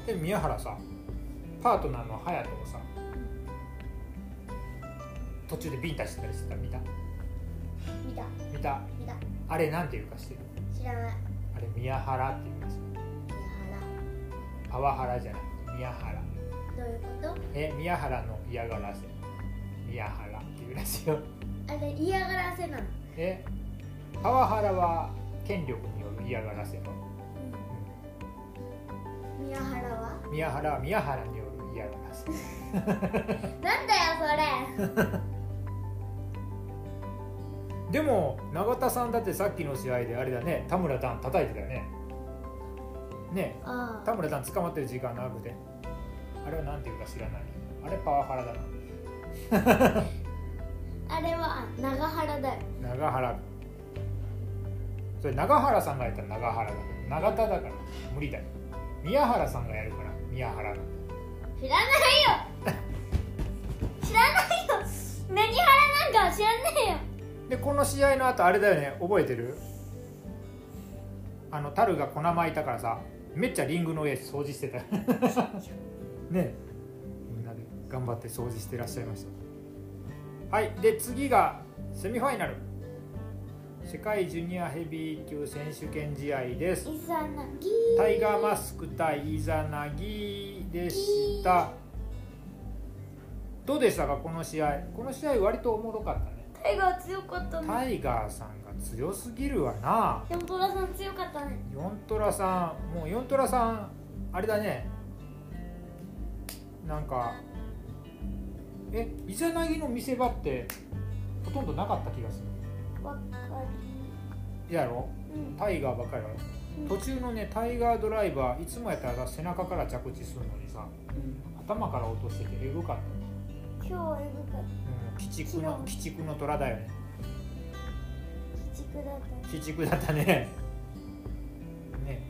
[SPEAKER 1] で宮原さパートナーの隼人をさ途中でビンタしてたりしてた見た
[SPEAKER 3] 見た
[SPEAKER 1] 見た
[SPEAKER 3] 見た
[SPEAKER 1] あれなんていうかしてる
[SPEAKER 3] 知らない
[SPEAKER 1] あれ宮原って言うんですよパワハラじゃなくて宮原
[SPEAKER 2] どういうこ
[SPEAKER 1] え宮原の嫌がらせ宮原っていうらしいよ
[SPEAKER 2] とあれ嫌がらせなの
[SPEAKER 1] えパワハラは権力による嫌がらせの
[SPEAKER 2] 宮原は
[SPEAKER 1] 宮原は宮原による嫌がらせ
[SPEAKER 2] なんだよそれ
[SPEAKER 1] でも永田さんだってさっきの試合であれだね田村段叩いてたよねね
[SPEAKER 3] あ
[SPEAKER 1] 田村段捕まってる時間長くてあれはなんていうか知らないあれパワハラだな
[SPEAKER 2] あれは長原だよ
[SPEAKER 1] 長原それ長原さんがやったら長原だから長田だから無理だよ宮原さんがやるから宮原だ
[SPEAKER 2] 知らないよ知らないよ何原なんか知らないよ
[SPEAKER 1] でこの試合の後あれだよね覚えてるあの樽が粉まいたからさめっちゃリングの上掃除してたねみんなで頑張って掃除してらっしゃいましたはいで次がセミファイナル世界ジュニアヘビー級選手権試合です
[SPEAKER 3] イザナギ
[SPEAKER 1] タイガーマスク対イザナギでしたどうでしたかこの試合この試合割とおもろかったね
[SPEAKER 2] タイガー強かったね
[SPEAKER 1] タイガーさんが強すぎるわな
[SPEAKER 2] でもトラさん強かったね
[SPEAKER 1] ヨントラさんもうヨントラさんあれだねなんかえイザナギの見せ場ってほとんどなかった気がする
[SPEAKER 3] わかり
[SPEAKER 1] いやろ
[SPEAKER 3] うん
[SPEAKER 1] タイガーばっかりだろ途中のねタイガードライバーいつもやったら背中から着地するのにさ頭から落としててえぐかった
[SPEAKER 3] 今日はエグかっ
[SPEAKER 1] うん鬼畜の
[SPEAKER 3] 昨
[SPEAKER 1] 鬼畜の虎だよね
[SPEAKER 3] た鬼畜だった
[SPEAKER 1] 鬼畜だったねね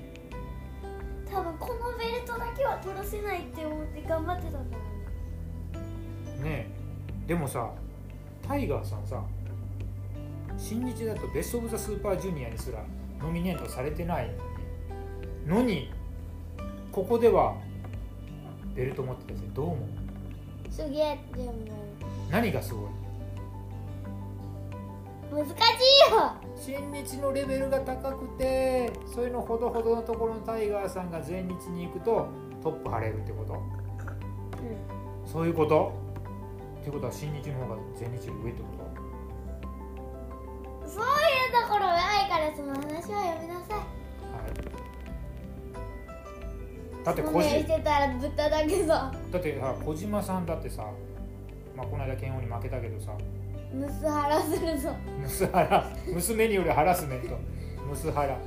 [SPEAKER 2] 多分このベルトだけは取らせないって思って頑張ってたんだもん
[SPEAKER 1] ねえでもさタイガーさんさ新日だとベスト・オブ・ザ・スーパージュニアにすらノミネートされてないのにここではベルト持ってたやつどう思う
[SPEAKER 3] すげえでも
[SPEAKER 1] 何がすごい
[SPEAKER 3] 難しいよ
[SPEAKER 1] 新日のレベルが高くてそういうのほどほどのところのタイガーさんが全日に行くとトップ張れるってことそういうことってことは新日の方が全日より上ってこと
[SPEAKER 3] そういうところないからその話はやめなさい
[SPEAKER 1] はいだって
[SPEAKER 3] そん
[SPEAKER 1] 個
[SPEAKER 3] な
[SPEAKER 1] 人
[SPEAKER 3] してたらぶっただけぞ
[SPEAKER 1] だってさ小島さんだってさ、まあ、この間剣王に負けたけどさ
[SPEAKER 3] ムスハラするぞ
[SPEAKER 1] ムスハラ娘によるハラスメントムスハラ
[SPEAKER 3] あっ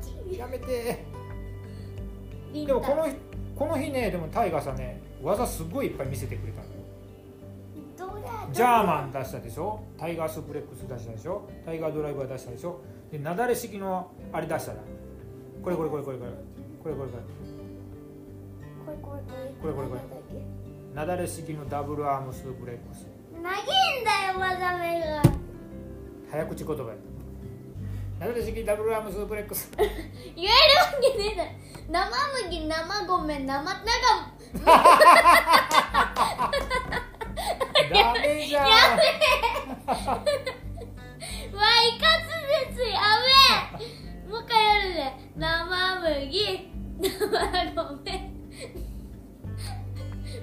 [SPEAKER 3] ち
[SPEAKER 1] やめて
[SPEAKER 3] ビン
[SPEAKER 1] で
[SPEAKER 3] タ
[SPEAKER 1] もこの日この日ねでもタイガーさんね技すごいいっぱい見せてくれたんだよ
[SPEAKER 3] どうだ
[SPEAKER 1] ジャーマン出したでしょタイガースプレックス出したでしょタイガードライバー出したでしょでなだれ式のあれ出したらこれこれこれこれこれこれこれこれ
[SPEAKER 3] これこれ
[SPEAKER 1] これこれこれなだれ式のダブルアームスープレックス
[SPEAKER 3] 投げんだよまだ目が
[SPEAKER 1] 早口言葉やなだれ式ダブルアームスープレックス
[SPEAKER 3] 言えるわけねえだろ生麦生米生なんか
[SPEAKER 1] ダメじゃん
[SPEAKER 3] わいかつですやべえもう一回
[SPEAKER 2] 回やるね生麦生米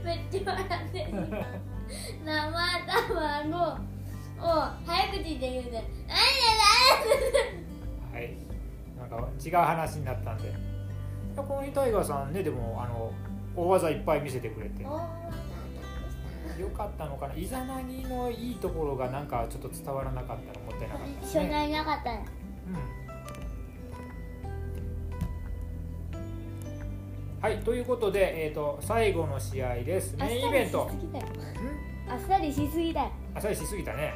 [SPEAKER 2] めっちゃ笑ってる生卵を早口で言うね
[SPEAKER 1] はいなんか違う話になったんでこの日タイガーさんねでもあの大技いっぱい見せてくれて
[SPEAKER 3] 大
[SPEAKER 1] よ
[SPEAKER 3] 技
[SPEAKER 1] かったのかなイザナギのいいところがなんかちょっと伝わらなかったらもったいなか
[SPEAKER 3] だ
[SPEAKER 1] ったで
[SPEAKER 3] 一
[SPEAKER 1] す
[SPEAKER 3] 緒に
[SPEAKER 1] ね
[SPEAKER 3] なりなかったね
[SPEAKER 1] うんはいということで、えー、と最後の試合です
[SPEAKER 3] あっ
[SPEAKER 1] メインイ
[SPEAKER 3] さ
[SPEAKER 1] ベ
[SPEAKER 3] り
[SPEAKER 1] ン
[SPEAKER 3] し
[SPEAKER 1] ト
[SPEAKER 3] すぎだよ
[SPEAKER 1] ん
[SPEAKER 3] あっさりしすぎだよ
[SPEAKER 1] あっさりしすぎたね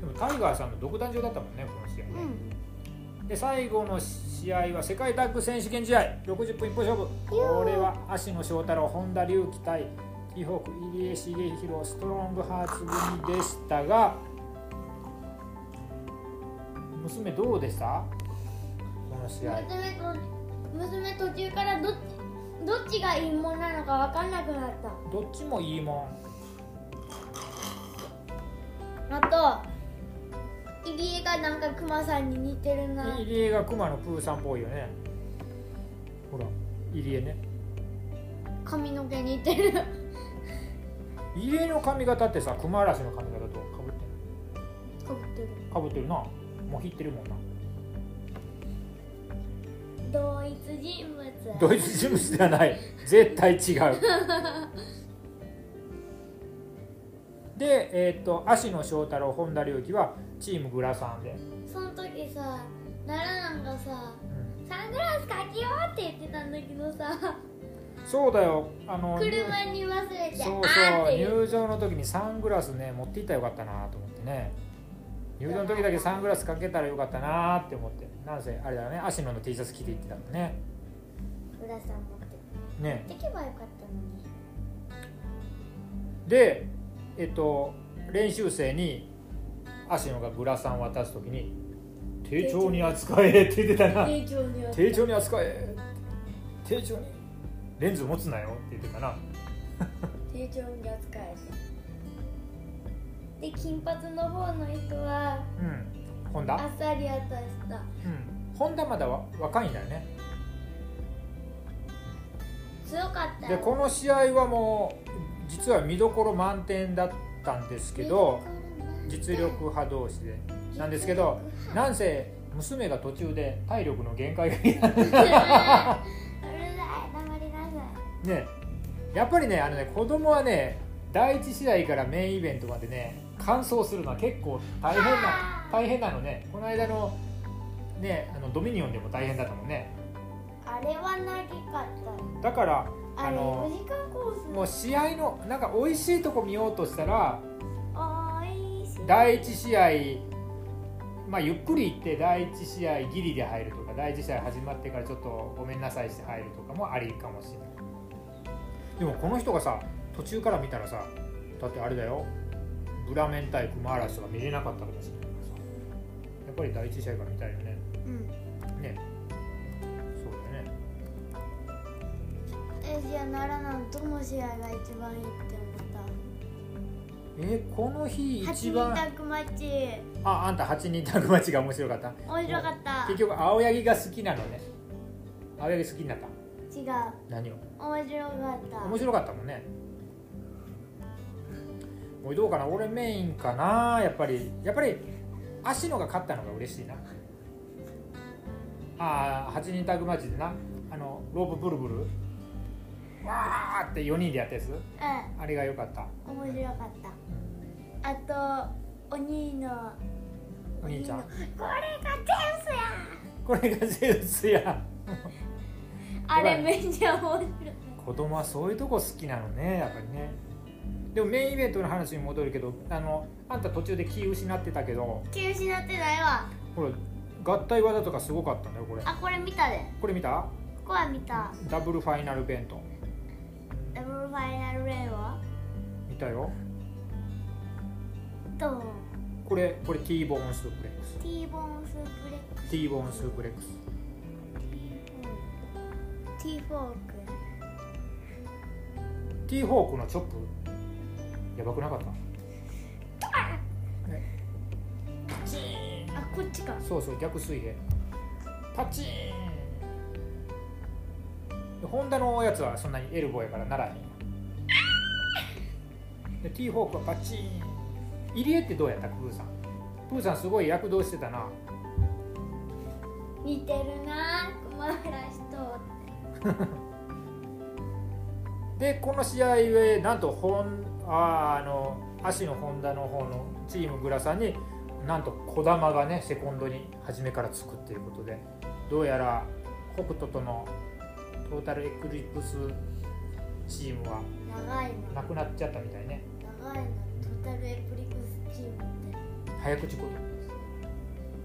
[SPEAKER 1] でもタイガーさんの独壇場だったもんねこの試合ね、
[SPEAKER 3] う
[SPEAKER 1] で最後の試合は世界タッグ選手権試合60分一本勝負これは芦野翔太郎本田隆起対紀北入江重弘ストロングハーツ組でしたが娘どうでしたこの試合
[SPEAKER 2] 娘と娘途中からどっちどっちが陰謀なのか分かんなくなった
[SPEAKER 1] どっちもいいもん
[SPEAKER 2] あと入江がなんかクマさんに似てるな
[SPEAKER 1] 入江が熊のプーさんっぽいよねほら入江ね
[SPEAKER 2] 髪の毛似てる
[SPEAKER 1] 入江の髪型ってさ熊嵐の髪型とかぶってる
[SPEAKER 2] かぶってる
[SPEAKER 1] かぶってるなもう引ってるもんな
[SPEAKER 2] 同一人物
[SPEAKER 1] ドイツ人物ではない絶対違う
[SPEAKER 2] (laughs)
[SPEAKER 1] でえーっと芦野翔太郎本田隆起はチームグラサンで、
[SPEAKER 2] その時さ奈良なんかさ「
[SPEAKER 1] うん
[SPEAKER 2] サングラスかけよう」って言ってたんだけどさ
[SPEAKER 1] そうだよあの
[SPEAKER 2] 車に忘れて「あ
[SPEAKER 1] そ
[SPEAKER 2] ー」っ
[SPEAKER 1] うそう
[SPEAKER 2] て言う
[SPEAKER 1] 入場の時にサングラスね持っていったらよかったなと思ってね入場の時だけサングラスかけたらよかったなって思ってなんせあれだよね芦野の T シャツ着て行ってたもんね
[SPEAKER 2] 浦さん持って
[SPEAKER 1] ね
[SPEAKER 2] 行ってけばよかったのに
[SPEAKER 1] でえっと練習生に芦野がグラサン渡す時に「丁重に扱え」って言ってたな
[SPEAKER 2] 丁重には
[SPEAKER 1] 「丁重に扱え」丁重にレンズ持つなよって言ってたな
[SPEAKER 2] 丁重に扱えてで金髪の方の人は
[SPEAKER 1] うん本
[SPEAKER 2] あ
[SPEAKER 1] 田
[SPEAKER 2] っさり渡した
[SPEAKER 1] うん本田まだわ若いんだよね
[SPEAKER 2] 強かった
[SPEAKER 1] でこの試合はもう実は見どころ満点だったんですけど実力派同士でなんですけどなんせ娘が途中で体力の限界が
[SPEAKER 2] うるさい黙りなさい
[SPEAKER 1] ねやっぱりねあのね子供はね第一試合からメインイベントまでね完走するのは結構大変な大変なのねこの間のねあのドミニオンでも大変だったもんね
[SPEAKER 2] あれは長かっ
[SPEAKER 1] だから
[SPEAKER 2] たあ
[SPEAKER 1] あ
[SPEAKER 2] れ
[SPEAKER 1] の
[SPEAKER 2] 4時間コース
[SPEAKER 1] もう試合のなんか美味しいとこ見ようとしたら
[SPEAKER 2] おいしい
[SPEAKER 1] 第一試合まあゆっくり行って第一試合ギリで入るとか第一試合始まってからちょっとごめんなさいして入るとかもありかもしれないでもこの人がさ途中から見たらさだってあれだよブラメン対熊嵐は見れなかったかもしれないからさやっぱり第一試合から見たいよね
[SPEAKER 2] うん
[SPEAKER 1] ねそうだよね
[SPEAKER 2] えじゃあ奈良なんどの試合が一番いいって思っ
[SPEAKER 1] えーこの日
[SPEAKER 2] た八
[SPEAKER 1] 一番
[SPEAKER 2] 人タッグマッチ
[SPEAKER 1] ああんた8人タッグ (laughs) マッチが面白かった
[SPEAKER 2] 面白かった
[SPEAKER 1] 結局青柳が好きなのね青柳好きになった
[SPEAKER 2] 違う
[SPEAKER 1] 何を
[SPEAKER 2] 面白かった
[SPEAKER 1] 面白かったもんねもうどうかな俺メインかなやっぱりやっぱり芦野が勝ったのが嬉しいなああ8人タッグマッチでなあのロープブルブルわーって4人でやったやつあれが良かった
[SPEAKER 2] うん面白かったあとお兄の
[SPEAKER 1] お兄ちゃん
[SPEAKER 2] これがゼウスや
[SPEAKER 1] これがゼウスや
[SPEAKER 2] あれめっちゃ面白い
[SPEAKER 1] 子供はそういうとこ好きなのねやっぱりねでもメインイベントの話に戻るけどあのあんた途中で気失ってたけど
[SPEAKER 2] 気失ってないわ
[SPEAKER 1] これ合体技とかすごかったんだよこれ
[SPEAKER 2] あこれ見たで
[SPEAKER 1] これ見た
[SPEAKER 2] ここは見た
[SPEAKER 1] ダブルファイナルベント
[SPEAKER 2] ダブルファイナルレイは
[SPEAKER 1] 見たよ
[SPEAKER 2] どう
[SPEAKER 1] これこれ T ボーンスープレック
[SPEAKER 2] T ボーンスープレック
[SPEAKER 1] ス T ボーンスープレックス
[SPEAKER 2] T フォーク
[SPEAKER 1] T フォークのチョップやばくなかったね
[SPEAKER 2] あこっちか
[SPEAKER 1] そうそう逆水平パチーンでホンダのやつはそんなにエルボーやからならへんやで T ホークはパチーン入江ってどうやったプーさんプーさんすごい躍動してたな
[SPEAKER 2] 似てるな熊原氏と
[SPEAKER 1] でこの試合でなんと本あーあの足のホンダの方のチームグラさんになんと児玉がねセコンドに初めからつくっていうことでどうやら北斗とのトータルエクリプスチームは
[SPEAKER 2] 長いの
[SPEAKER 1] なくなっちゃったみたいね
[SPEAKER 2] 長いのトータルエプリクスチームって
[SPEAKER 1] 早口言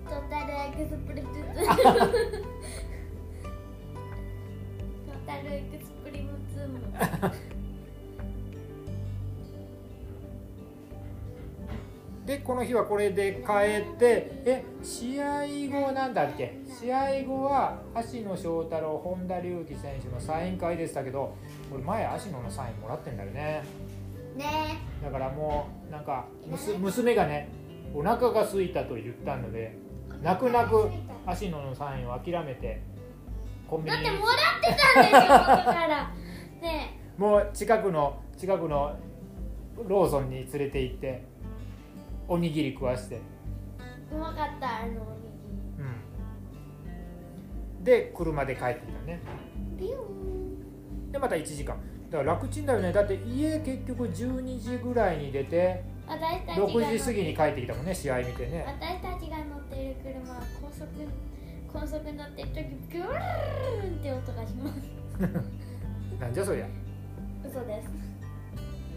[SPEAKER 1] 葉
[SPEAKER 2] トータルエクスプリクストータルエクスプリムツーム
[SPEAKER 1] でこの日はこれで変えてえ試合後なんだっけ試合後は芦野翔太郎本田隆起選手のサイン会でしたけど俺前芦野のサインもらってんだよね
[SPEAKER 2] ね
[SPEAKER 1] だからもうなんかむす娘がねお腹が空いたと言ったので (laughs) 泣く泣く芦野のサインを諦めてコンビ
[SPEAKER 2] だ
[SPEAKER 1] ニ
[SPEAKER 2] って
[SPEAKER 1] に
[SPEAKER 2] もらってたんですよ僕からね
[SPEAKER 1] もう近くの近くのローソンに連れて行っておにぎり食わして
[SPEAKER 2] えうまかったあのおにぎり
[SPEAKER 1] うんで車で帰ってきたね
[SPEAKER 2] ビュー
[SPEAKER 1] でまた1時間だから楽ちんだよねだって家結局12時ぐらいに出て
[SPEAKER 2] 私たちが乗って
[SPEAKER 1] 6時過ぎに帰ってきたもんね試合見てね
[SPEAKER 2] 私たちが乗ってる車は高速高速乗ってる時ビューンって音がします
[SPEAKER 1] なんじゃそりゃ
[SPEAKER 2] 嘘です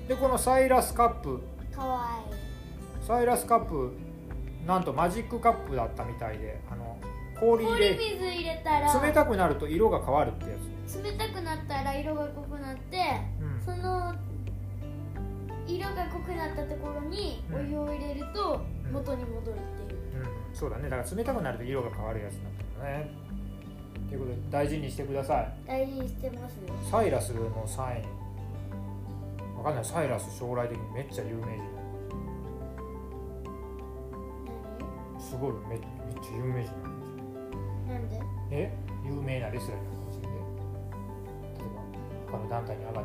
[SPEAKER 1] でこのサイラスカップ
[SPEAKER 2] かわいい
[SPEAKER 1] サイラスカップなんとマジックカップだったみたいであの氷入
[SPEAKER 2] 氷
[SPEAKER 1] れ
[SPEAKER 2] 水入れたら
[SPEAKER 1] 冷たくなると色が変わるってやつ、
[SPEAKER 2] 冷たくなったら色が濃くなって
[SPEAKER 1] うん、
[SPEAKER 2] その色が濃くなったところにお湯を入れると
[SPEAKER 1] うん
[SPEAKER 2] 元に戻るっていう (laughs)
[SPEAKER 1] うん、そうだねだから冷たくなると色が変わるやつなんだよねということで大事にしてください
[SPEAKER 2] 大事にしてますよ
[SPEAKER 1] サイラスのサインわかんないサイラス将来的にめっちゃ有名人すごいめめっちゃ有名人なんですよ
[SPEAKER 2] 何なんで
[SPEAKER 1] え有名なレスラーになるかもしれない例えば他の団体に上がった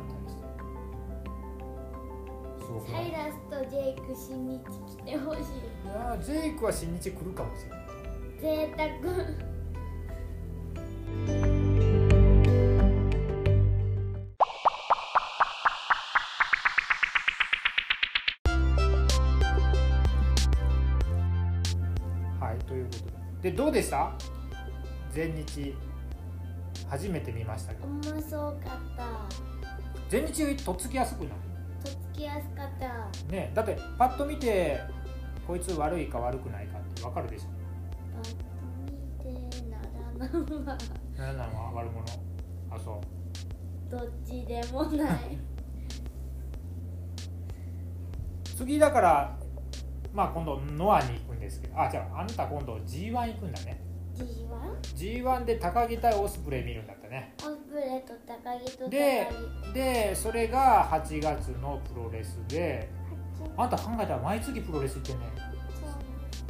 [SPEAKER 1] りしてすごくな
[SPEAKER 2] サイ
[SPEAKER 1] い
[SPEAKER 2] ラスとジェイク新日来てほしい
[SPEAKER 1] いやージェイクは新日来るかもしれない
[SPEAKER 2] 贅沢
[SPEAKER 1] はいということででどうでした全日初めて見ましたけど
[SPEAKER 2] 面白かった
[SPEAKER 1] 全日とっつきやすくなる
[SPEAKER 2] とっつきやすかった
[SPEAKER 1] ねだってパッと見てこいつ悪いか悪くないかってわかるでしょ
[SPEAKER 2] バッと見てならなんは
[SPEAKER 1] なんなのは悪者あそう
[SPEAKER 2] どっちでもない
[SPEAKER 1] 次だからまあ今度ノアに行くんですけどあじゃああなた今度 G1 行くんだね
[SPEAKER 2] G1
[SPEAKER 1] G1 で高木対オスプレイ見るんだったね
[SPEAKER 2] オスプレイと高木と高木
[SPEAKER 1] ででそれが8月のプロレスであんた考えたら毎月プロレス行ってね
[SPEAKER 2] そ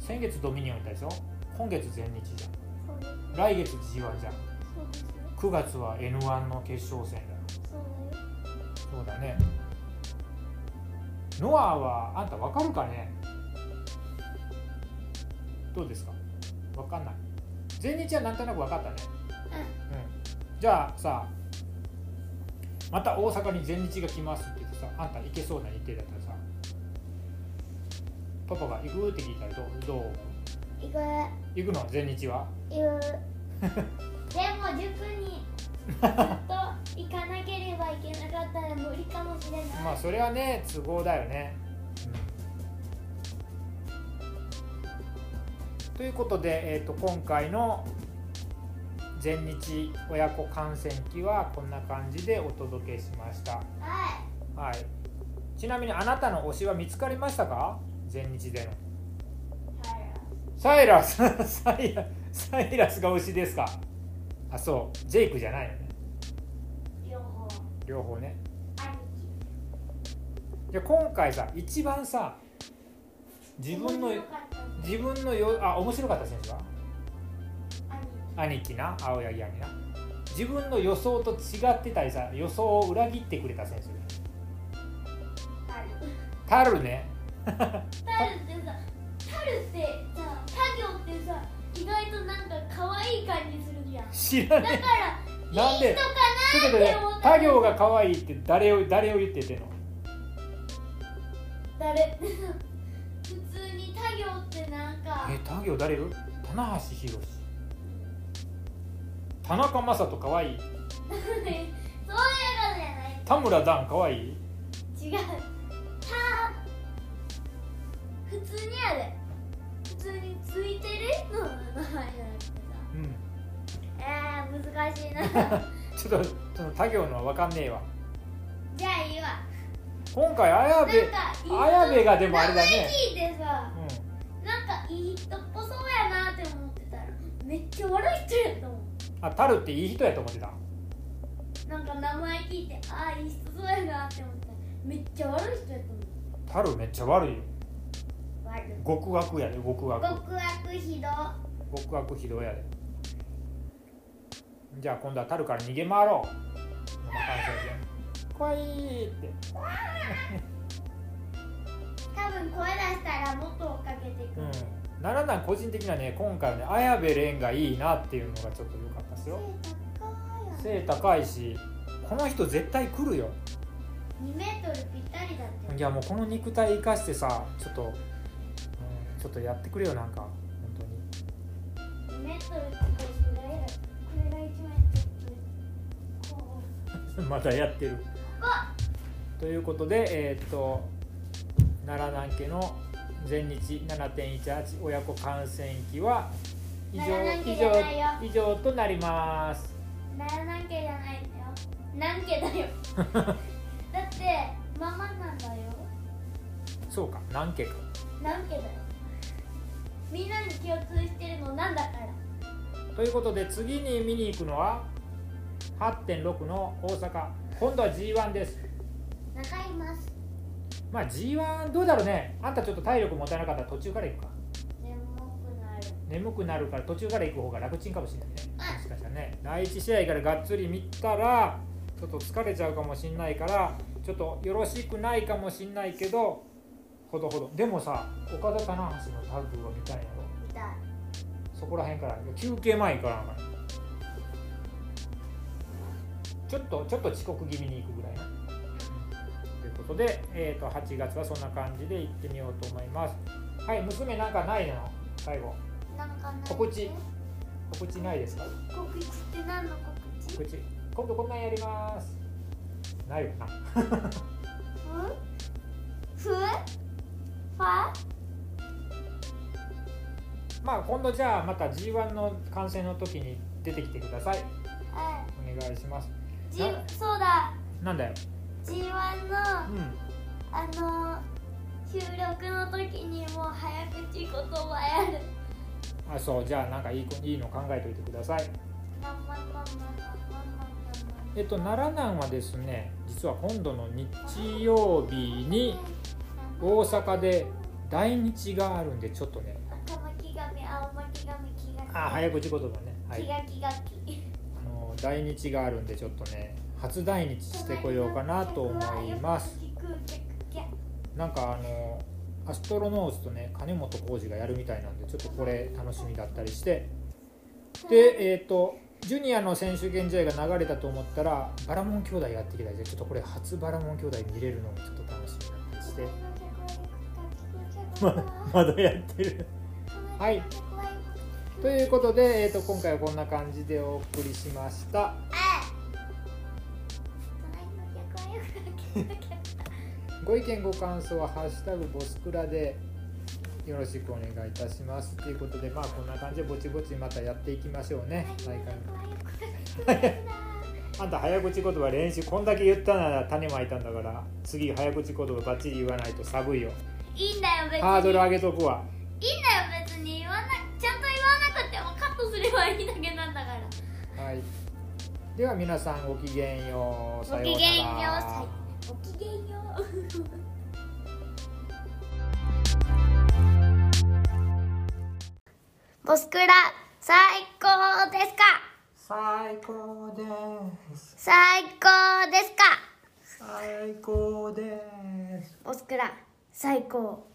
[SPEAKER 2] う
[SPEAKER 1] 先月ドミニオン行ったでしょ今月全日じゃ
[SPEAKER 2] そうです
[SPEAKER 1] ん来月 G1 じゃん
[SPEAKER 2] そうですよ
[SPEAKER 1] 9月は N1 の決勝戦だ
[SPEAKER 2] そうだよ
[SPEAKER 1] そうだねノアはあんたわかるかねどうですかわかんない前日はなんとなくわかったねうんじゃあさまた大阪に前日が来ますって言ってさあんた行けそうな日程だったらさパパが行くって聞いたらどうどう
[SPEAKER 2] うん行く行
[SPEAKER 1] 行くの前日は
[SPEAKER 2] くでも塾にずっと行かなければいけなかったら無理かもしれない
[SPEAKER 1] まあそれはね都合だよね、ということで、えー、と今回の全日親子観戦記はこんな感じでお届けしました、
[SPEAKER 2] はい
[SPEAKER 1] はい、ちなみにあなたの推しは見つかりましたか全日でのサイラス (laughs) サイラサイラスが推しですかあそうジェイクじゃないのね
[SPEAKER 2] 両方
[SPEAKER 1] 両方ね
[SPEAKER 2] 兄
[SPEAKER 1] じゃあ今回さ一番さ自分の
[SPEAKER 2] 面白かった
[SPEAKER 1] 自分のよあ面白かった選手は
[SPEAKER 2] 兄貴
[SPEAKER 1] 兄貴な青柳兄な自分の予想と違ってたりさ予想を裏切ってくれた先生
[SPEAKER 2] タル
[SPEAKER 1] タルね
[SPEAKER 2] タルってさタルってさ作業ってさ意外となんか可愛い感じするじゃん
[SPEAKER 1] 知ら
[SPEAKER 2] だ
[SPEAKER 1] ね
[SPEAKER 2] か
[SPEAKER 1] え
[SPEAKER 2] ら
[SPEAKER 1] なん
[SPEAKER 2] いい
[SPEAKER 1] で
[SPEAKER 2] 人か
[SPEAKER 1] ちょっと
[SPEAKER 2] なっ
[SPEAKER 1] 待っ
[SPEAKER 2] て
[SPEAKER 1] て
[SPEAKER 2] 思った
[SPEAKER 1] 他行が可愛いって誰を誰を言っててんの
[SPEAKER 2] 誰普通に他行ってなんか
[SPEAKER 1] え他行誰よ棚橋宏田中雅人可愛い
[SPEAKER 2] そういうことじゃない
[SPEAKER 1] 田村段可愛い
[SPEAKER 2] 違うた普通にある普通についてる人の名前じゃな
[SPEAKER 1] うん
[SPEAKER 2] くてさえー、難しいな
[SPEAKER 1] ちょっとその他行のは分かんねえわ
[SPEAKER 2] じゃあいいわ
[SPEAKER 1] 今回綾
[SPEAKER 2] なん
[SPEAKER 1] 部
[SPEAKER 2] かいい人
[SPEAKER 1] 綾部がでもあれだ
[SPEAKER 2] 名前
[SPEAKER 1] ね
[SPEAKER 2] 聞いてさ
[SPEAKER 1] う
[SPEAKER 2] なんかいい人っぽそうやなって思ってたらめっちゃ悪い人やと思
[SPEAKER 1] んあタルっていい人やと思ってた
[SPEAKER 2] うなんか名前聞いてああいい人そうやなって思ってたらめっちゃ悪い人やと思う
[SPEAKER 1] タルめっちゃ悪いよ
[SPEAKER 2] 悪い
[SPEAKER 1] 極悪やで極悪
[SPEAKER 2] 極悪ひど
[SPEAKER 1] 極悪ひどいやでじゃあ今度はタルから逃げ回ろうこんな感じで怖いーって
[SPEAKER 2] 多分声出したらもっと追っかけてくる、
[SPEAKER 1] うんならなん個人的にはね今回はね綾部蓮がいいなっていうのがちょっと良かったですよ背高いしこの人絶対来るよ
[SPEAKER 2] 2メートルぴったりだって
[SPEAKER 1] いやもうこの肉体生かしてさちょっと、うん、ちょっとやってくれよなんか本当に
[SPEAKER 2] 2メートルってこれぐらいだこれが1メートルこう
[SPEAKER 1] (laughs) まだやってる。ということで、えーっと奈良南家の全日7.18親子感染期は以上
[SPEAKER 2] 奈良南家
[SPEAKER 1] 以
[SPEAKER 2] じゃないよ
[SPEAKER 1] 上以上となります。
[SPEAKER 2] ならなきゃじゃないんだよなんけだ
[SPEAKER 1] (laughs)
[SPEAKER 2] よだってママなんだよ
[SPEAKER 1] そうか何家か。
[SPEAKER 2] なんけだよみんなに共通してるのなんだから
[SPEAKER 1] ということで次に見に行くのは8.6の大阪今度は G1 です。
[SPEAKER 2] 中います
[SPEAKER 1] まあ G1 どうだろうねあんたちょっと体力持たなかったら途中から行くか
[SPEAKER 2] 眠くなる
[SPEAKER 1] 眠くなるから途中から行く方が楽ちんかもしれないねもしかしたらね第1試合からがっつり見たらちょっと疲れちゃうかもしんないからちょっとよろしくないかもしんないけどほどほどでもさ岡田棚橋のタッグを見たいやろ
[SPEAKER 2] みたい
[SPEAKER 1] そこら辺から休憩前からなんかちょっとちょっと遅刻気味に行くぐらいなということで、えー、と8月はそんな感じで行ってみようと思いますはい娘なんかないの最後
[SPEAKER 2] なんかない
[SPEAKER 1] 告知告知ないですか
[SPEAKER 2] 告知って何の告知
[SPEAKER 1] 告知今度こんなんやりますないよな
[SPEAKER 2] ふふファ
[SPEAKER 1] まあ今度じゃあまた G1 の観戦の時に出てきてください
[SPEAKER 2] え
[SPEAKER 1] お願いします
[SPEAKER 2] じそうだ
[SPEAKER 1] なんだよ
[SPEAKER 2] G1 の
[SPEAKER 1] う
[SPEAKER 2] あ
[SPEAKER 1] ん
[SPEAKER 2] の収録の時にもう早口言葉やる
[SPEAKER 1] あそうじゃあなんかいいこいいの考えておいてください
[SPEAKER 2] まんまんまんまんまんまんまん
[SPEAKER 1] えっと奈良南はですね実は今度の日曜日に
[SPEAKER 2] まん
[SPEAKER 1] 大阪で大日があるんでちょっとね
[SPEAKER 2] 赤巻き髪青巻き髪気が
[SPEAKER 1] あ早口言葉ねは
[SPEAKER 2] 気
[SPEAKER 1] い
[SPEAKER 2] が気が気
[SPEAKER 1] あの大日があるんでちょっとね初大日してこようかなと思います
[SPEAKER 2] 聞く聞く聞く
[SPEAKER 1] なんかあのアストロノーズとね金本浩二がやるみたいなんでちょっとこれ楽しみだったりして (laughs) でえっ、とジュニアの選手権試合が流れたと思ったらバラモン兄弟やってきたりでちょっとこれ初バラモン兄弟見れるのもちょっと楽しみだったりしてままだやってるはいということで、えー、と今回はこんな感じでお送りしましたご意見ご感想は「ハッシュタグボスクラ」でよろしくお願いいたしますということでまあこんな感じでぼちぼちまたやっていきましょうね大会もあんた早口言葉練習こんだけ言ったなら種まいたんだから次早口言葉バッチリ言わないと寒いよ
[SPEAKER 2] いいんだよ別に
[SPEAKER 1] ハードル上げとくわ
[SPEAKER 2] いいんだよ別に言わなちゃんと言わなくてもカットすればいいだけなんだから
[SPEAKER 1] はいでは皆さんごきげんようさようなら
[SPEAKER 2] ごきげんようさよごきげんよ (laughs) う
[SPEAKER 3] ボスクラ
[SPEAKER 2] 最高ですか
[SPEAKER 1] 最高です
[SPEAKER 2] 最高ですか
[SPEAKER 1] 最高です
[SPEAKER 2] おすくら最高